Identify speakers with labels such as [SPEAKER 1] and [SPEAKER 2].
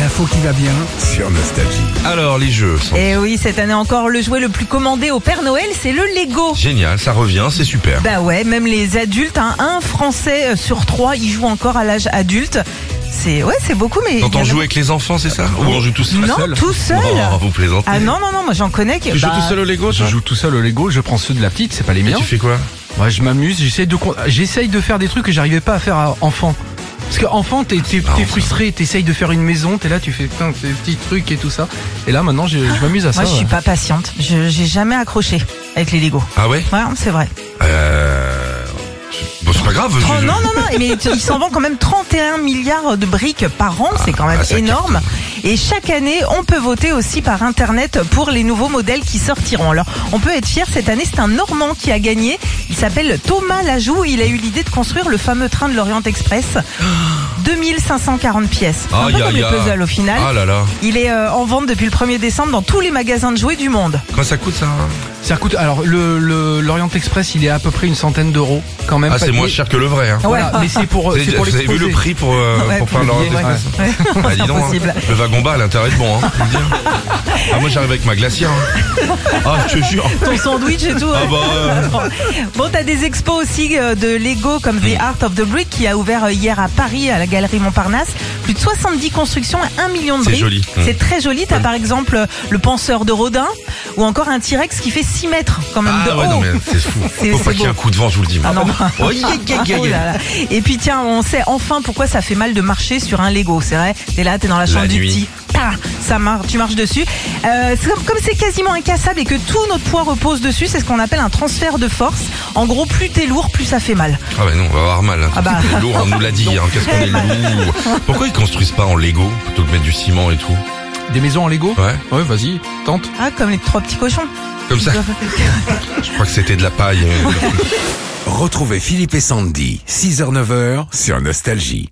[SPEAKER 1] l'info qui va bien.
[SPEAKER 2] sur Nostalgie.
[SPEAKER 3] Alors, les jeux sont
[SPEAKER 4] Et Eh oui, cette année encore, le jouet le plus commandé au Père Noël, c'est le Lego.
[SPEAKER 3] génial, ça revient, c'est super.
[SPEAKER 4] Bah ouais, même les adultes, hein, un Français sur trois y joue encore à l'âge adulte. C'est ouais, c'est beaucoup, mais
[SPEAKER 3] Quand
[SPEAKER 4] il y en
[SPEAKER 3] on
[SPEAKER 4] a-
[SPEAKER 3] joue avec les enfants, c'est ça Ou on joue tous
[SPEAKER 4] Non,
[SPEAKER 3] seul
[SPEAKER 4] tout seul.
[SPEAKER 3] Oh, vous plaisantez.
[SPEAKER 4] Ah non non non, moi j'en connais qui.
[SPEAKER 3] Tu
[SPEAKER 4] bah,
[SPEAKER 3] joues tout seul au Lego
[SPEAKER 1] Je
[SPEAKER 3] toi
[SPEAKER 1] joue tout seul au Lego, je prends ceux de la petite, c'est pas les
[SPEAKER 3] Et
[SPEAKER 1] miens.
[SPEAKER 3] tu fais quoi
[SPEAKER 1] Moi, je m'amuse, j'essaye de, con- j'essaye de faire des trucs que j'arrivais pas à faire à enfant. Parce qu'enfant, t'es, t'es,
[SPEAKER 3] marrant,
[SPEAKER 1] t'es
[SPEAKER 3] ça.
[SPEAKER 1] frustré, t'essayes de faire une maison, t'es là, tu fais plein de ces petits trucs et tout ça. Et là, maintenant, je, je m'amuse à ça.
[SPEAKER 4] Ah, Moi, je suis
[SPEAKER 1] ouais.
[SPEAKER 4] pas patiente. Je j'ai jamais accroché avec les Lego.
[SPEAKER 3] Ah ouais
[SPEAKER 4] Ouais, c'est vrai.
[SPEAKER 3] Euh... je- Bon, c'est pas grave.
[SPEAKER 4] Tren-
[SPEAKER 3] je- je-
[SPEAKER 4] Oh, non, non, non, mais tu- il s'en vend quand même 31 milliards de briques par an, c'est quand même
[SPEAKER 3] ah, ça
[SPEAKER 4] énorme. Et chaque année, on peut voter aussi par Internet pour les nouveaux modèles qui sortiront. Alors, on peut être fier, cette année, c'est un Normand qui a gagné. Il s'appelle Thomas Lajoux et il a eu l'idée de construire le fameux train de l'Orient Express. 2540 pièces. Un
[SPEAKER 3] Aïe,
[SPEAKER 4] peu comme
[SPEAKER 3] aïe,
[SPEAKER 4] le
[SPEAKER 3] aïe.
[SPEAKER 4] puzzle au final.
[SPEAKER 3] Ah là là.
[SPEAKER 4] Il est euh, en vente depuis le 1er décembre dans tous les magasins de jouets du monde.
[SPEAKER 3] Comment ça coûte ça hein
[SPEAKER 1] Ça coûte, alors, le, le- l'Orient Express, il est à peu près une centaine d'euros, quand même.
[SPEAKER 3] Ah,
[SPEAKER 1] pas-
[SPEAKER 3] c'est moins
[SPEAKER 1] mais-
[SPEAKER 3] cher que le vrai. hein.
[SPEAKER 1] Voilà,
[SPEAKER 4] Ouais.
[SPEAKER 1] mais c'est pour,
[SPEAKER 3] Vous
[SPEAKER 1] c'est
[SPEAKER 3] avez,
[SPEAKER 1] pour
[SPEAKER 3] vous avez vu
[SPEAKER 1] l'exposer.
[SPEAKER 3] le prix pour, euh,
[SPEAKER 4] Ouais,
[SPEAKER 3] pour
[SPEAKER 4] pour
[SPEAKER 3] faire leur
[SPEAKER 1] le billet,
[SPEAKER 3] Express
[SPEAKER 4] Ouais,
[SPEAKER 3] Ah, dis donc, hein.
[SPEAKER 4] impossible.
[SPEAKER 3] Le wagon bar, l'intérêt est bon, hein, faut le dire. Ah, moi j'arrive avec ma glacière. hein. Ah, je te jure.
[SPEAKER 4] ton sandwich et tout.
[SPEAKER 3] Ah bah, euh.
[SPEAKER 4] Bon, t'as des expos aussi euh, de Lego comme The Art of the Brick qui a ouvert euh, hier à Paris à la galerie Montparnasse. Plus de 70 constructions à 1 million de
[SPEAKER 3] C'est
[SPEAKER 4] briques.
[SPEAKER 3] joli.
[SPEAKER 4] C'est très joli. T'as par exemple euh, le penseur de Rodin ou encore un T-Rex qui fait 6 mètres quand même de
[SPEAKER 3] Ah
[SPEAKER 4] haut.
[SPEAKER 3] ouais, non, mais c'est fou.
[SPEAKER 4] C'est-
[SPEAKER 3] Faut
[SPEAKER 4] c'est
[SPEAKER 3] pas qu'il y ait
[SPEAKER 4] beau.
[SPEAKER 3] un coup de vent, je vous le dis. moi.
[SPEAKER 4] Ah non.
[SPEAKER 3] Oh, yeah, yeah, yeah,
[SPEAKER 4] Oh
[SPEAKER 3] yeah.
[SPEAKER 4] là là. Et puis tiens, on sait enfin pourquoi ça fait mal de marcher sur un Lego. C'est vrai, t'es là, t'es dans la chambre du
[SPEAKER 3] nuit.
[SPEAKER 4] petit. Ah, ça marche, tu marches dessus. Euh, c'est comme comme c'est quasiment incassable et que tout notre poids repose dessus, c'est ce qu'on appelle un transfert de force. En gros, plus t'es lourd, plus ça fait mal.
[SPEAKER 3] Ah bah non, on va avoir mal. hein.
[SPEAKER 4] Ah bah.
[SPEAKER 3] C'est lourd, on nous l'a dit. hein. Qu'est-ce qu'on est lourd. Pourquoi ils construisent pas en Lego plutôt que mettre du ciment et tout
[SPEAKER 1] Des maisons en Lego?
[SPEAKER 3] Ouais.
[SPEAKER 1] Ouais, vas-y, tente.
[SPEAKER 4] Ah, comme les trois petits cochons.
[SPEAKER 3] Comme ça. Je crois que c'était de la paille. euh,
[SPEAKER 2] Retrouvez Philippe et Sandy, 6h-9h sur Nostalgie.